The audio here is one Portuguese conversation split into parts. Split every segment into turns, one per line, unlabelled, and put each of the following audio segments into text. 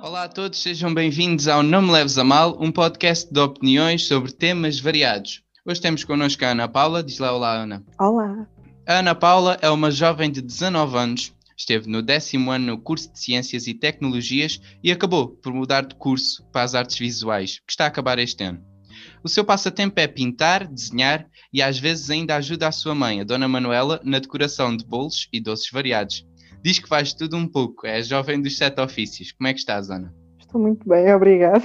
Olá a todos, sejam bem-vindos ao Não Me Leves a Mal, um podcast de opiniões sobre temas variados. Hoje temos connosco a Ana Paula, diz lá olá Ana.
Olá.
A Ana Paula é uma jovem de 19 anos, esteve no décimo ano no curso de Ciências e Tecnologias e acabou por mudar de curso para as artes visuais, que está a acabar este ano. O seu passatempo é pintar, desenhar e às vezes ainda ajuda a sua mãe, a Dona Manuela, na decoração de bolos e doces variados. Diz que faz tudo um pouco, é a jovem dos sete ofícios. Como é que estás, Ana?
Estou muito bem, obrigada.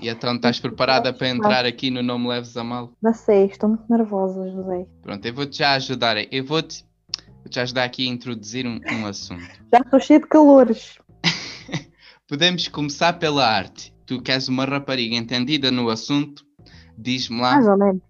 E então estás preparada para entrar aqui no Não Me Leves a Mal?
Não sei, estou muito nervosa, José.
Pronto, eu vou-te já ajudar. Eu vou-te vou -te ajudar aqui a introduzir um, um assunto.
Já estou cheia de calores.
Podemos começar pela arte. Tu queres uma rapariga entendida no assunto? Diz-me lá,
Mais ou menos.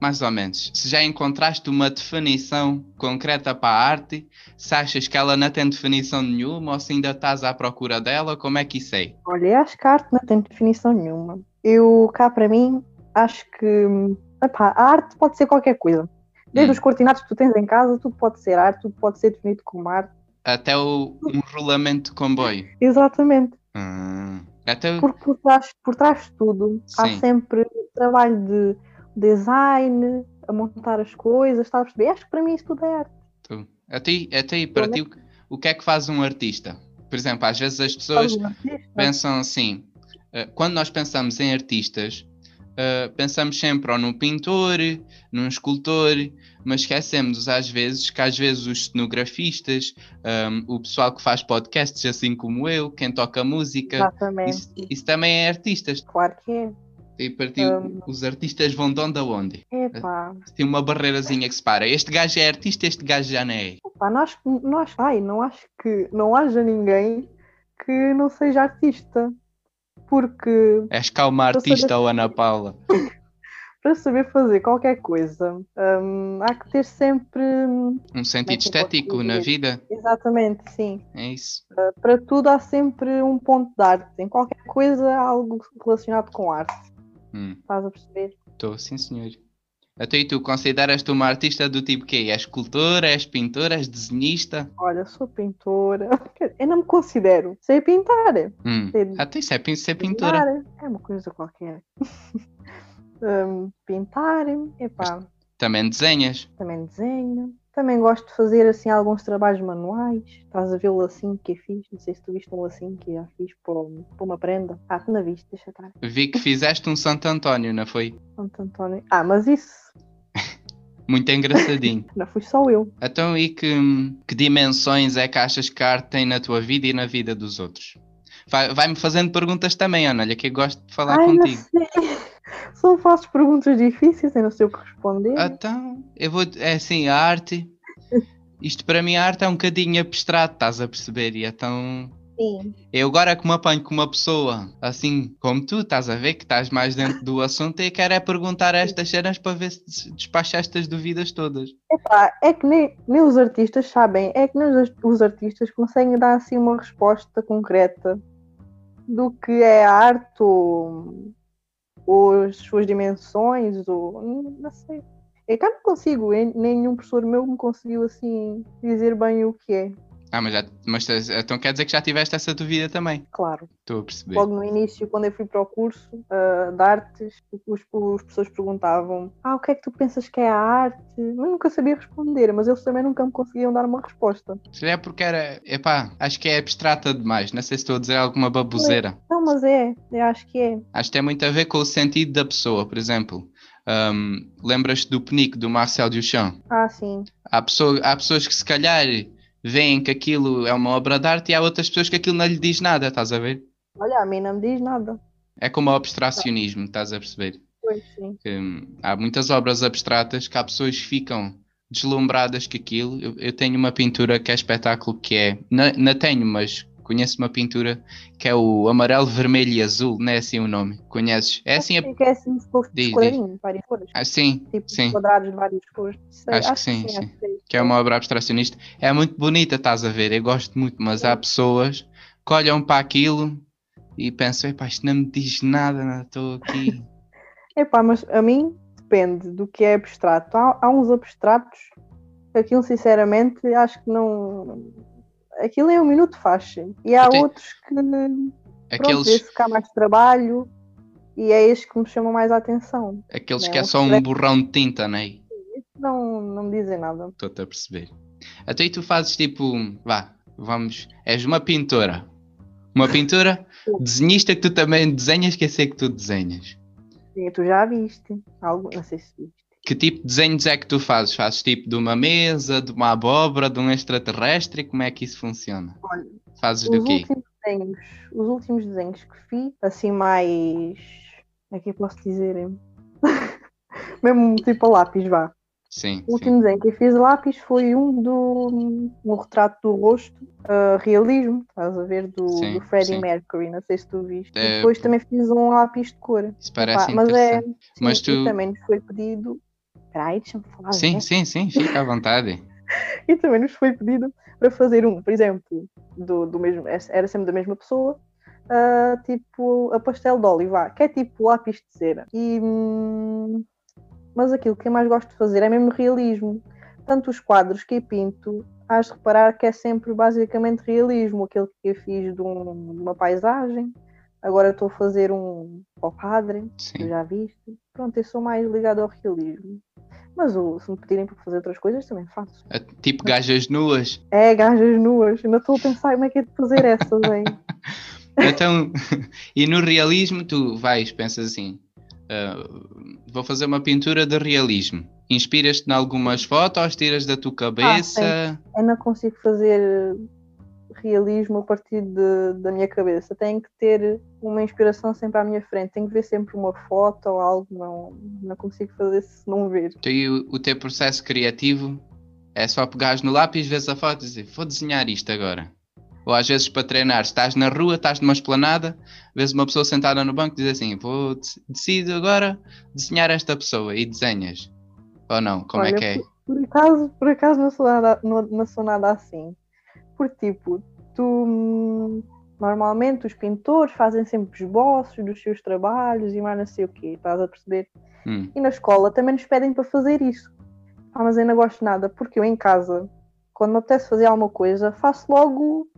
mais ou menos, se já encontraste uma definição concreta para a arte, se achas que ela não tem definição nenhuma ou se ainda estás à procura dela, como é que isso é?
Olha, acho que a arte não tem definição nenhuma. Eu, cá para mim, acho que hum, epá, a arte pode ser qualquer coisa. Desde
Hum.
os cortinados que tu tens em casa, tudo pode ser arte, tudo pode ser definido como arte.
Até o, um rolamento de comboio.
Exatamente.
Hum, até o-
Porque por trás, por trás de tudo há
Sim.
sempre trabalho de design, a montar as coisas, estás a perceber? Acho que para mim isso tudo é arte.
Tu. Até aí, até aí para ti, o, o que é que faz um artista? Por exemplo, às vezes as pessoas
Sabe, um artista?
pensam assim, eh, quando nós pensamos em artistas, eh, pensamos sempre ou num pintor, num escultor, mas esquecemos às vezes que às vezes os cenografistas, ahm, o pessoal que faz podcasts assim como eu, quem toca
Ah,
música,
Exatamente.
isso, isso também é artistas.
Claro que é.
E para ti, o-
Hum.
os artistas vão de onde a onde?
Epá,
Tem uma barreirazinha que separa. Este gajo é artista, este gajo já não é.
epá, nós, nós, ai, não acho que não haja ninguém que não seja artista. Porque
És cá uma
Eu sou
artista ou Ana Paula?
para saber fazer qualquer coisa, hum, há que ter sempre. hum,
Um sentido
que eu posso
estético na
dizer?
vida?
Exatamente, sim.
É isso.
Para tudo há sempre um ponto de arte. Em qualquer coisa, há algo relacionado com arte.
Hum.
Estás a perceber?
Estou, sim senhor. Até e tu consideras-te uma artista do tipo quê? És escultora, és pintora, és desenhista?
Olha, sou pintora. Eu não me considero. Sei pintar.
Hum.
Sei
Até isso é pin- ser pintora.
Pintar, É uma coisa qualquer. Hum, pintar, é. epá,
Também desenhas.
também desenho. Também gosto de fazer assim alguns trabalhos manuais. Estás a ver o lacinho que eu fiz? Não sei se tu viste um lacinho que eu fiz para um- para uma prenda. Ah, tu não viste, deixa estar.
Vi que fizeste um Santo António, não foi?
Santo António. Ah, mas isso
Muito engraçadinho.
não fui só eu.
então, e que, que dimensões é que achas que a arte tem na tua vida e na vida dos outros? Vai- Vai-me fazendo perguntas também, Ana. Olha, que eu gosto de falar
Ai, não
contigo.
sei. Só fazes perguntas difíceis, eu não sei o que responder.
Então, eu vou. É assim, a arte. Isto para mim, a arte é um bocadinho abstrato, estás a perceber? E então.
Sim.
Eu agora que me apanho com uma pessoa assim como tu, estás a ver que estás mais dentro do assunto e quero é perguntar estas cenas para ver se des- despacha estas dúvidas todas.
Epá, é que nem, nem os artistas sabem, é que nem os, ar- os artistas conseguem dar assim uma resposta concreta do que é a arte ou, ou as suas dimensões, ou n- não sei. Eu cá não consigo, eu- nenhum professor meu me conseguiu assim dizer bem o que é,
Ah, mas, já, mas tens- então quer dizer que já tiveste essa dúvida também.
claro.
Estou a perceber.
Logo no início, quando eu fui para o curso ah, de artes, os, os pessoas perguntavam Ah, o que é que tu pensas que é a arte? Mas nunca sabia responder, mas eles também nunca me conseguiam dar uma resposta.
Se calhar porque era. Epá, acho que é abstrata demais. Não sei se estou a dizer alguma baboseira.
Não, mas é, eu acho que é.
Acho que tem muito a ver com o sentido da pessoa, por exemplo. hum, Lembras-te do penico do Marcel Duchamp?
Ah, sim.
Há, pessoa- há pessoas que se calhar veem que aquilo é uma obra de arte e há outras pessoas que aquilo não lhe diz nada, estás a ver?
Olha, a mim não me diz nada.
É como o abstracionismo, estás a perceber?
Pois sim.
Que, hum, há muitas obras abstratas que há pessoas que ficam deslumbradas com aquilo. Eu, eu tenho uma pintura que é espetáculo que é. Não, não tenho, mas conheço uma pintura que é o amarelo, vermelho e azul, não é assim o nome? Conheces? É assim a.
Acho que é assim se fosse
Diz, diz.
quadradinho, várias cores.
Assim,
Tipo,
sim.
quadrados de várias cores. Sei,
Acho que sim, sim.
acho que
que é uma obra abstracionista, é muito bonita, estás a ver? Eu gosto muito, mas há pessoas que olham para aquilo e pensam, epá, isto não me diz nada, não estou aqui.
Epá, mas a mim depende do que é abstrato. Há, há uns abstratos que aquilo, sinceramente, acho que não. aquilo é um minuto faixa. E há
Até-
outros que pronto,
Aqueles,
esse que há mais trabalho e é este que me chama mais a atenção.
aqueles
não,
que é só um
flex.
borrão de tinta, não é?
Não, não me dizem nada.
Estou-te a perceber. Até aí tu fazes tipo, vá, vamos, és uma pintora. Uma pintora desenhista que tu também desenhas, que eu sei que tu desenhas.
E tu já viste. Algo, não sei se viste.
Que tipo de desenhos é que tu fazes? Fazes tipo de uma mesa, de uma abóbora, de um extraterrestre? Como é que isso funciona?
Olha,
Fazes
os
do quê?
últimos desenhos, os últimos desenhos que fiz, assim mais. Como é que eu posso dizer? Mesmo tipo a lápis, vá.
Sim, sim.
O último desenho que eu fiz a lápis foi um do um retrato do rosto, ah, realismo, estás a ver, do,
Sim,
do Freddie
sim.
Mercury, não sei se tu viste.
É,
E depois
pô.
também fiz um lápis de cor.
Isso parece
Pá, mas é.
interessante.
sim,
Mas tu-
E também nos foi pedido. Peraí, deixa-me falar. né?
Sim, sim, sim, fica à vontade.
E também nos foi pedido para fazer um, por exemplo, do, do mesmo, era sempre da mesma pessoa, ah, tipo a pastel de oliva, que é tipo lápis de cera. E, hum, mas aquilo que eu mais gosto de fazer é mesmo realismo. Tanto os quadros que eu pinto, hás de reparar que é sempre basicamente realismo, aquilo que eu fiz de, um- de uma paisagem. Agora estou a fazer um ao padre, tu
Sim.
já viste. Pronto, eu sou mais ligado ao realismo. Mas o- se me pedirem para fazer outras coisas, também faço.
A- Tipo gajas nuas.
É, gajas nuas. Ainda estou a pensar como é que é de fazer essas, hein?
Então, e no realismo tu vais, pensas assim, "Ah, vou fazer uma pintura de realismo. Inspiras-te em algumas fotos, tiras da
Ah,
tua cabeça.
Eu não consigo fazer realismo a partir de- da minha cabeça. Tenho que ter uma inspiração sempre à minha frente. Tenho que ver sempre uma foto ou algo. Não, não consigo fazer se não ver.
Então, e o, o teu processo criativo é só pegares no lápis, vês a foto e dizer, vou desenhar isto agora. Ou às vezes para treinar, estás na rua, estás numa esplanada, vês uma pessoa sentada no banco e diz assim, vou dec- decido agora desenhar esta pessoa e desenhas. Ou não, como é
Olha,
que é?
Por acaso, por acaso não sou nada, não, não sou nada assim. Porque, tipo, tu. hum, Normalmente os pintores fazem sempre esboços dos seus trabalhos e mais não sei o quê. Estás a perceber?
Hum.
E na escola também nos pedem para fazer isso. Ah, mas eu não gosto de nada, porque eu em casa, quando me apetece fazer alguma coisa, faço logo.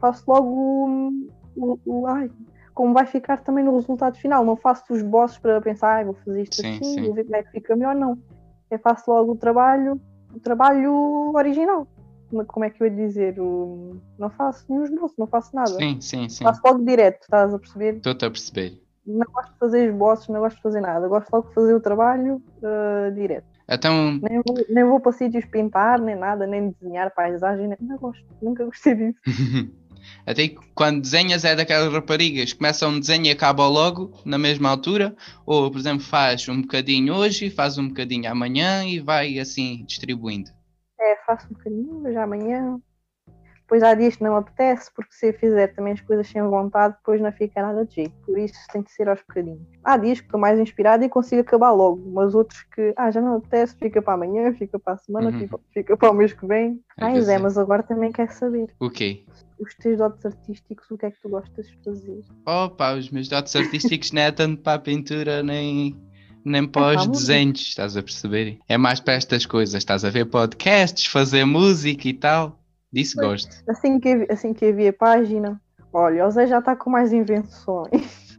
Faço logo. hum, O, o- ai, como vai ficar também no resultado final. Não faço os bosses para pensar, ai, vou fazer isto
Sim,
assim,
sim.
vou ver como é que fica melhor, não. Eu faço logo o trabalho, o trabalho original. Como- Como é que eu ia dizer? O, não faço nenhum esboço, não faço nada.
Sim, sim, sim.
Faço logo direto, estás a perceber?
Estou-te a perceber.
Não gosto de fazer esboços, não gosto de fazer nada. Gosto logo de fazer o trabalho ah, direto.
Então,
Nem vou, nem vou para sítios pintar, nem nada, nem desenhar paisagem. nem- Não gosto, nunca gostei disso.
Até que quando desenhas é daquelas raparigas que começam um desenho e acabam logo na mesma altura, ou por exemplo faz um bocadinho hoje, faz um bocadinho amanhã e vai assim distribuindo.
É, faço um bocadinho, mas já amanhã. Depois há dias que não me apetece, porque se eu fizer também as coisas sem vontade, depois não fica nada de jeito. Por isso tem que ser aos bocadinhos. Há dias que estou mais inspirada e consigo acabar logo, mas outros que, ah, já não me apetece, fica para amanhã, fica para a semana,
Uhum.
fica, fica para o mês que vem.
É
Ai, Zé,
verdade.
mas agora também quero saber.
O quê?
Os teus dotes artísticos, o que é que tu gostas de fazer?
Opa, os meus dotes artísticos não é tanto para a pintura nem, nem
É para a
para os
música.
desenhos, estás a perceber? É mais para estas coisas, estás a ver podcasts, fazer música e tal. Disso
Pois.
gosto.
Assim que, eu- assim que eu vi a página, olha, o Zé já está com mais invenções.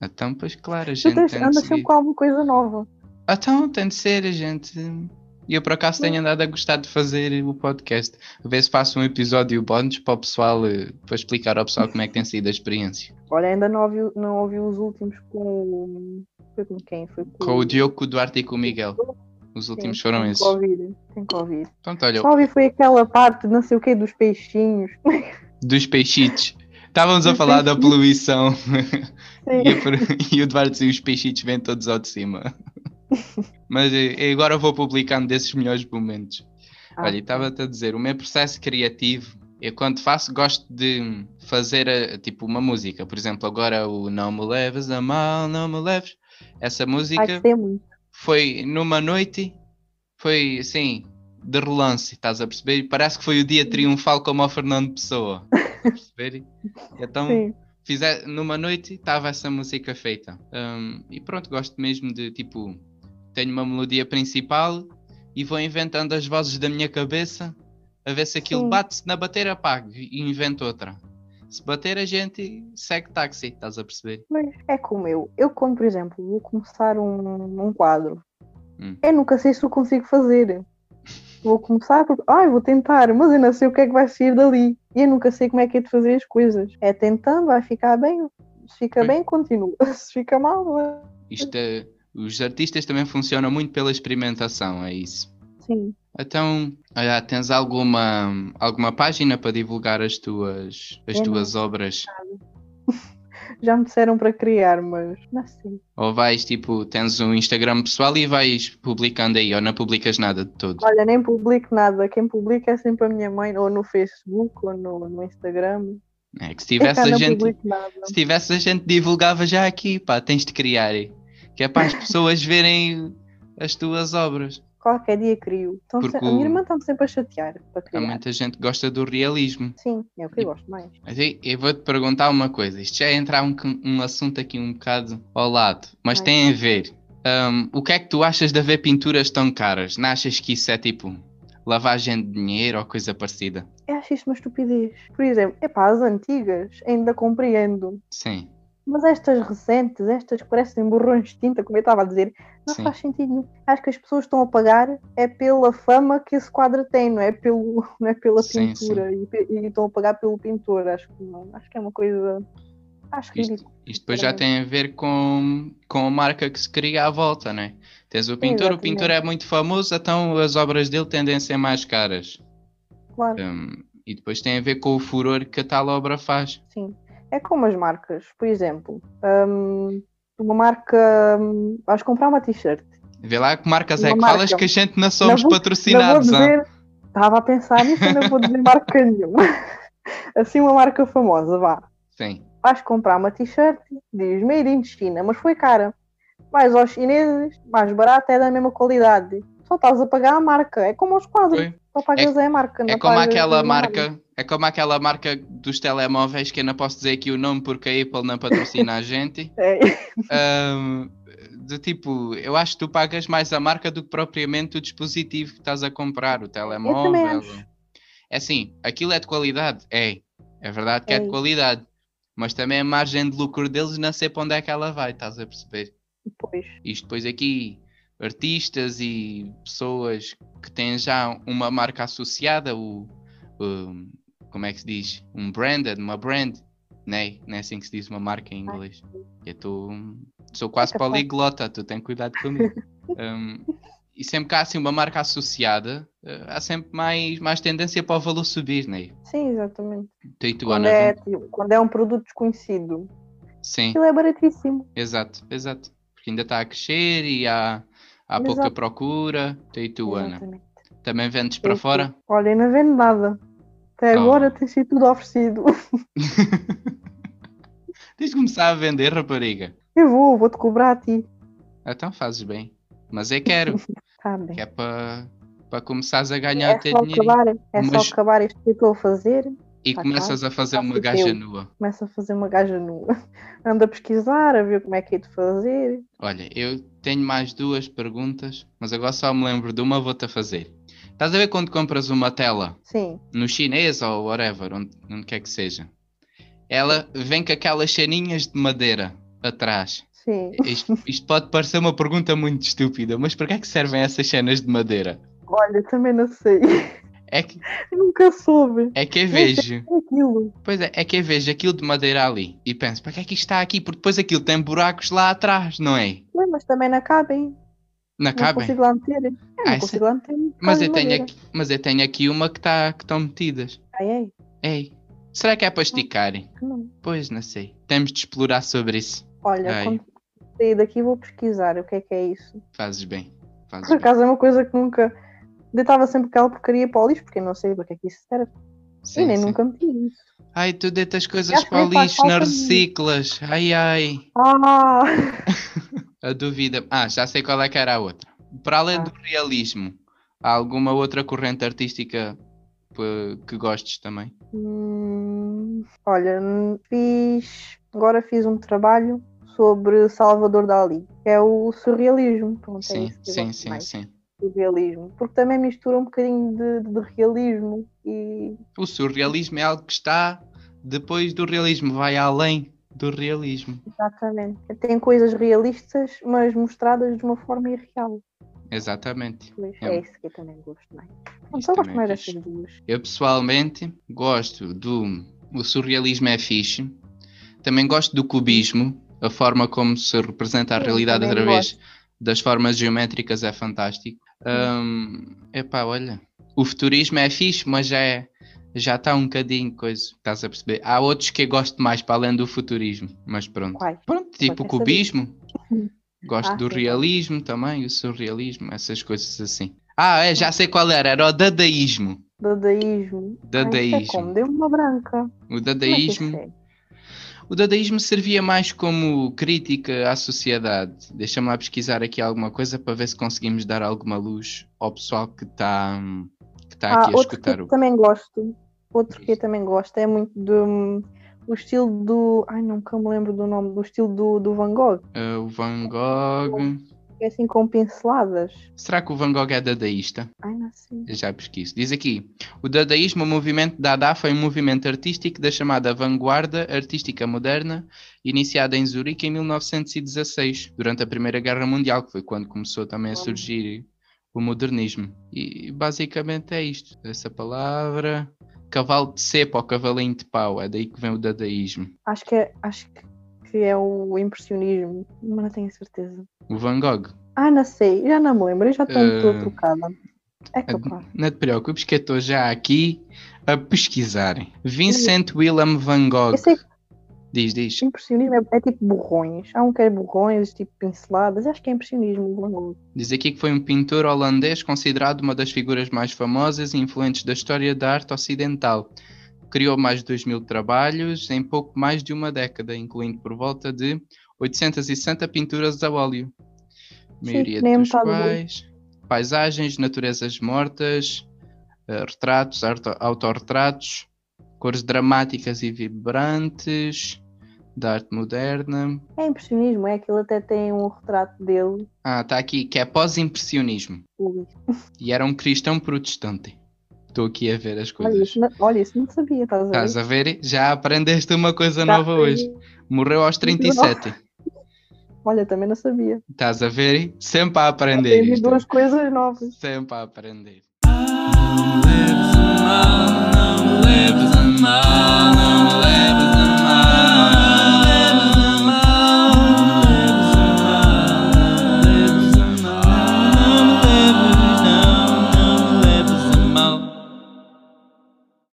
Então, pois claro, a
Tu
gente
tens,
tem de
andas
seguir.
sempre com alguma coisa nova.
Ah, Então, tem de ser, a gente. E eu por acaso
Hum.
tenho andado a gostar de fazer o podcast. A ver se faço um episódio bónus para o pessoal, eh, para explicar ao pessoal como é que tem sido a experiência.
Olha, ainda não ouvi, não ouvi os últimos com o. Foi com quem? Foi com,
Com o Diogo, com o Duarte e com o Miguel. Os últimos
Sim,
foram
tem
esses.
Que ouvir, tem que ouvir.
Pronto, olha,
Só ouvi foi aquela parte, não sei o quê, dos peixinhos.
dos peixitos. Estávamos a
Dos
falar da
peixitos.
poluição e,
Sim.
a per- e o Duarte e os peixitos vêm todos ao de cima. Mas eh, agora eu vou publicando desses melhores momentos.
Ah,
Olha, estava-te a dizer, o meu processo criativo, eu quando faço, gosto de fazer eh, tipo uma música. Por exemplo, agora o Não Me Leves a Mal, Não Me Leves. Essa
Ai,
música
gostei muito.
foi numa noite, foi assim, de relance, estás a perceber? Parece que foi o dia triunfal como ao Fernando Pessoa. Estás a perceber? Então,
Sim.
fizer, numa noite estava essa música feita. Hum, e pronto, gosto mesmo de tipo, tenho uma melodia principal e vou inventando as vozes da minha cabeça a ver se aquilo
Sim.
bate-se na bateira, paga e inventa outra. Se bater, a gente segue táxi, estás a perceber?
Mas é como eu. Eu, quando, por exemplo, vou começar um, um quadro,
Hum.
eu nunca sei se eu consigo fazer. Vou começar porque, ai, vou tentar, mas eu não sei o que é que vai sair dali. E eu nunca sei como é que é de fazer as coisas. É tentando, vai ficar bem. Se fica
Pois.
bem, continua. Se fica mal, vai.
Isto é- os artistas também funcionam muito pela experimentação, é isso.
Sim.
Então, olha, tens alguma, alguma página para divulgar as tuas, as
Eu não.
tuas obras?
Já me disseram para criar, mas não sei.
Ou vais, tipo, tens um Instagram pessoal e vais publicando aí, ou não publicas nada de todo?
Olha, nem publico nada. Quem publica é sempre a minha mãe, ou no Facebook, ou no, no Instagram.
É que se
Eu
tivesse
cá
a
não
gente,
publico nada.
se tivesse a gente divulgava já aqui, pá, tens de criar, que é para as pessoas verem as tuas obras.
Qualquer dia crio. Então,
Porque
se- A minha
o-
irmã está-me sempre a chatear para
Há
criar.
muita gente que gosta do realismo.
Sim, é o que eu gosto mais.
Mas aí, eu vou-te perguntar uma coisa, isto já é entrar um, c- um assunto aqui um bocado ao lado, mas
Ai.
tem a ver. Hum, o que é que tu achas de haver pinturas tão caras? Não achas que isso é tipo lavagem de dinheiro ou coisa parecida?
Eu acho isto uma estupidez. Por exemplo, epá, as antigas ainda compreendo.
Sim.
Mas estas recentes, estas que parecem borrões de tinta, como eu estava a dizer, não
Sim.
faz sentido nenhum. Acho que as pessoas estão a pagar é pela fama que esse quadro tem, não é, pelo, não é pela
Sim,
pintura. E, pe- e estão a pagar pelo pintor. Acho que não. Acho que é uma coisa. Acho
Isto-
ridículo.
Isto depois já tem a ver com, com a marca que se cria à volta, né? Tens o pintor, o
Exatamente.
pintor é muito famoso, então as obras dele tendem a ser mais caras.
Claro,
Hum, e depois tem a ver com o furor que a tal obra faz.
sim. É como as marcas. Por exemplo, hum, uma marca. hum, vais comprar uma t-shirt.
Vê lá que marcas é
Uma
que
marca.
falas que a gente não somos
vou- Não vou
patrocinados. hã?
dizer. Estava a pensar nisso e não vou dizer marca nenhuma. Assim, uma marca famosa, vá.
Sim,
Vais comprar uma t-shirt, diz Made in China, mas foi cara. Vais aos chineses, mais barato, é da mesma qualidade. Só estás a pagar a marca. É como aos quadros.
Foi.
Só pagas é, a marca.
é
não
como
pagas
aquela
a
marca, é como aquela marca dos telemóveis que eu não posso dizer aqui o nome porque a Apple não patrocina a gente.
É,
Ahm, do tipo, eu acho que tu pagas mais a marca do que propriamente o dispositivo que estás a comprar, o telemóvel.
acho.
É assim, aquilo é de qualidade, é. É verdade que é, de
É.
qualidade. Mas também a margem de lucro deles não sei para onde é que ela vai, estás a perceber?
Pois.
Isto depois aqui, artistas e pessoas que têm já uma marca associada, o, o- como é que se diz? Um branded, uma brand, né? não é assim que se diz uma marca em inglês. Eu tô, sou quase
capaz.
poliglota, tu tem cuidado comigo. Hum, e sempre que há assim, uma marca associada, eh, há sempre mais, mais tendência para o valor subir, né?
Sim, exatamente.
Tu e tu,
Quando
Ana,
é,
vamos-
tipo, quando é um produto desconhecido,
né? Sim.
aquilo é baratíssimo.
Exato, exato. Porque ainda está a crescer e há, há pouca
Exato.
procura. Tu e tu, Ana.
Exatamente.
Também vendes para
Eu-
fora?
Olha, eu não vendo nada. Até
Oh.
agora tem sido tudo oferecido.
Tens de começar a vender, rapariga.
Eu vou, vou-te cobrar a ti.
Então fazes bem. Mas eu quero,
Tá bem.
que é para para começares a ganhar
É
o teu
só,
dinheiro
acabar, é só
Mas-
acabar isto que eu estou a fazer.
e
tá
começas a fazer
Faço
uma
o
gaja
teu.
nua.
Começo a fazer uma gaja nua. Ando a pesquisar, a ver como é que é de fazer.
Olha, eu tenho mais duas perguntas, mas agora só me lembro de uma, vou-te a fazer. Estás a ver quando compras uma tela
Sim,
no chinês ou whatever, onde, onde quer que seja, ela vem com aquelas chaninhas de madeira atrás.
sim.
Isto, isto pode parecer uma pergunta muito estúpida, mas para que é que servem essas cenas de madeira?
Olha, também não sei.
É que,
Nunca soube.
é que eu vejo,
É aquilo.
pois é, é que eu vejo aquilo de madeira ali e penso, para que é que isto está aqui? Porque depois aquilo tem buracos lá atrás, não é?
Ué, mas também não cabem.
Não
Não
cabem.
consigo lá meter. Eu não
Ah, isso-
consigo lá meter. um
Mas
bocado
eu,
de
tenho
madeira.
aqui, mas eu tenho aqui uma que, tá, que estão metidas.
Ai, ai,
Ei, será que é para esticarem?
que não.
Pois, não sei. Temos de explorar sobre isso.
Olha,
Ai.
quando sair daqui vou pesquisar o que é que é isso.
Fazes bem. Fazes
Por
bem.
acaso é uma coisa que nunca. Deitava sempre aquela porcaria para o lixo, porque eu não sei para que é que isso serve.
Sim,
e nem
sim.
nunca meti isso.
Ai, tu deitas coisas
Acho que
para o
nem faz
lixo, não
é falta nenhuma.
reciclas. Ai, ai.
Ah!
A dúvida. Ah, já sei qual é que era a outra. Para além
Ah.
do realismo, há alguma outra corrente artística p- que gostes também?
Hum, olha, hum, fiz. Agora fiz um trabalho sobre Salvador Dali, que é o surrealismo. Pronto, é
sim,
isso que eu
sim,
gosto
sim,
mais.
sim.
do realismo, porque também mistura um bocadinho de, de- de realismo e
O surrealismo é algo que está depois do realismo, vai além do realismo.
exatamente. Tem coisas realistas, mas mostradas de uma forma irreal.
Exatamente.
Pois,
É.
é isso que eu também gosto mais. Então
Isso
gosto
também é
mais
fixe.
dessas duas.
Eu pessoalmente gosto do. O surrealismo é fixe. Também gosto do cubismo. A forma como se representa a
Sim,
realidade
também
através das formas geométricas é fantástico. Hum, epá, olha. O futurismo é fixe, mas já é. Já está um bocadinho coisa, estás a perceber? Há outros que eu gosto mais para além do futurismo, mas pronto.
Quais?
Pronto, tipo o
quer saber.
cubismo. Gosto
Ah,
do
sim.
realismo também, o surrealismo, essas coisas assim. Ah, é, já sei qual era, era o dadaísmo.
Dadaísmo. Ah, isto é como?
Dadaísmo.
Deu-me uma branca.
O
Como é que isto
dadaísmo,
é?
o dadaísmo servia mais como crítica à sociedade. Deixa-me lá pesquisar aqui alguma coisa para ver se conseguimos dar alguma luz ao pessoal que está que tá
Ah,
aqui a
outro que
escutar
eu
o.
também gosto. Outro que eu
Diz.
também gosto é muito do o estilo do. Ai, nunca me lembro do nome, do estilo do, do Van Gogh.
Ah, o Van Gogh.
É assim com pinceladas.
Será que o Van Gogh é dadaísta?
Ai, não sei.
Eu já pesquiso. Diz aqui: o dadaísmo, o movimento Dada, foi um movimento artístico da chamada vanguarda artística moderna, iniciada em Zurique em 1916, durante a Primeira Guerra Mundial, que foi quando começou também a
Uau.
surgir o modernismo. E basicamente é isto: essa palavra. Cavalo de cepa ou cavalinho de pau, é daí que vem o dadaísmo.
Acho que é, acho que é o impressionismo, mas não tenho certeza.
O Van Gogh.
Ah, não sei, já não me lembro, eu já estou
Eh,
toda trocada. É capaz.
Não te preocupes que eu estou já aqui a pesquisarem. Vincent Willem Van Gogh.
Eu sei que
Diz, diz.
impressionismo é, é tipo borrões. Há um que é borrões, tipo pinceladas. Acho que é impressionismo. o Van Gogh.
Diz aqui que foi um pintor holandês considerado uma das figuras mais famosas e influentes da história da arte ocidental. Criou mais de 2 mil trabalhos em pouco mais de uma década, incluindo por volta de 860 pinturas a óleo,
Sim,
maioria
nem
dos
metade do-
quais paisagens, naturezas mortas, eh, retratos, auto- autorretratos, cores dramáticas e vibrantes da arte moderna.
É impressionismo, é aquilo até tem um retrato dele.
Ah, está aqui que é pós-impressionismo.
Ui,
E era um cristão protestante. Estou aqui a ver as
Olha
coisas.
isso, não, olha, isso não sabia, estás a ver?
Estás a ver? Já aprendeste uma coisa nova
Tá.
hoje. Morreu aos 37.
Olha, também não sabia.
Estás a ver? Sempre a aprender.
Aprendi
isto.
duas coisas novas.
Sempre a aprender.